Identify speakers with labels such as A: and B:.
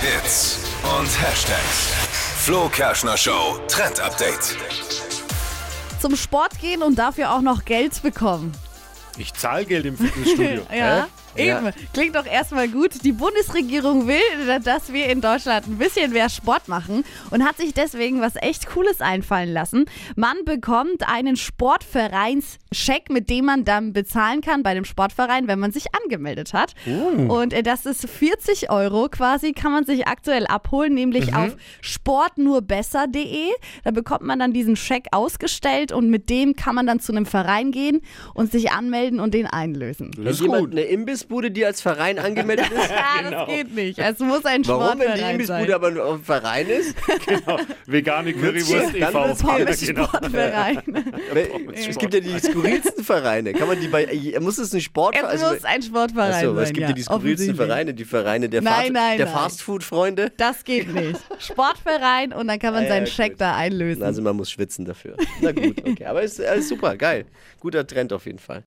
A: Hits und Hashtags. Flo Kerschner Show Trend Update.
B: Zum Sport gehen und dafür auch noch Geld bekommen.
C: Ich zahle Geld im Fitnessstudio.
B: Ja.
C: Hä?
B: Eben, klingt doch erstmal gut. Die Bundesregierung will, dass wir in Deutschland ein bisschen mehr Sport machen und hat sich deswegen was echt Cooles einfallen lassen. Man bekommt einen Sportvereinscheck, mit dem man dann bezahlen kann bei dem Sportverein, wenn man sich angemeldet hat. Und äh, das ist 40 Euro quasi, kann man sich aktuell abholen, nämlich auf sportnurbesser.de. Da bekommt man dann diesen Scheck ausgestellt und mit dem kann man dann zu einem Verein gehen und sich anmelden und den einlösen.
C: Das ist
D: Wenn jemand
C: gut.
D: eine Imbissbude, die als Verein angemeldet ist.
B: Ja, das geht nicht. Es muss ein
D: Warum, wenn die
B: Sportverein sein.
D: Imbissbude aber nur ein Verein ist?
C: Vegane Currywurst
D: Ja, dann
C: e.V.
B: Pommes
C: Genau.
B: Sportverein.
D: Weil, es gibt ja die skurrilsten Vereine. Kann man die bei. äh, Muss es ein also Sportverein
B: Es muss ein Sportverein
D: Achso,
B: sein.
D: also, es gibt ja,
B: ja
D: die skurrilsten
B: offensichtlich.
D: Vereine, die Vereine der,
B: Nein,
D: Fast-
B: nein,
D: der
B: nein.
D: Fastfood-Freunde.
B: Das geht nicht. Sportverein und dann kann man
D: Ah, ja,
B: seinen
D: gut.
B: Scheck da einlösen.
D: Also man muss schwitzen dafür. Na gut, okay. Aber ist, ist super, geil. äh, Guter Trend auf jeden Fall.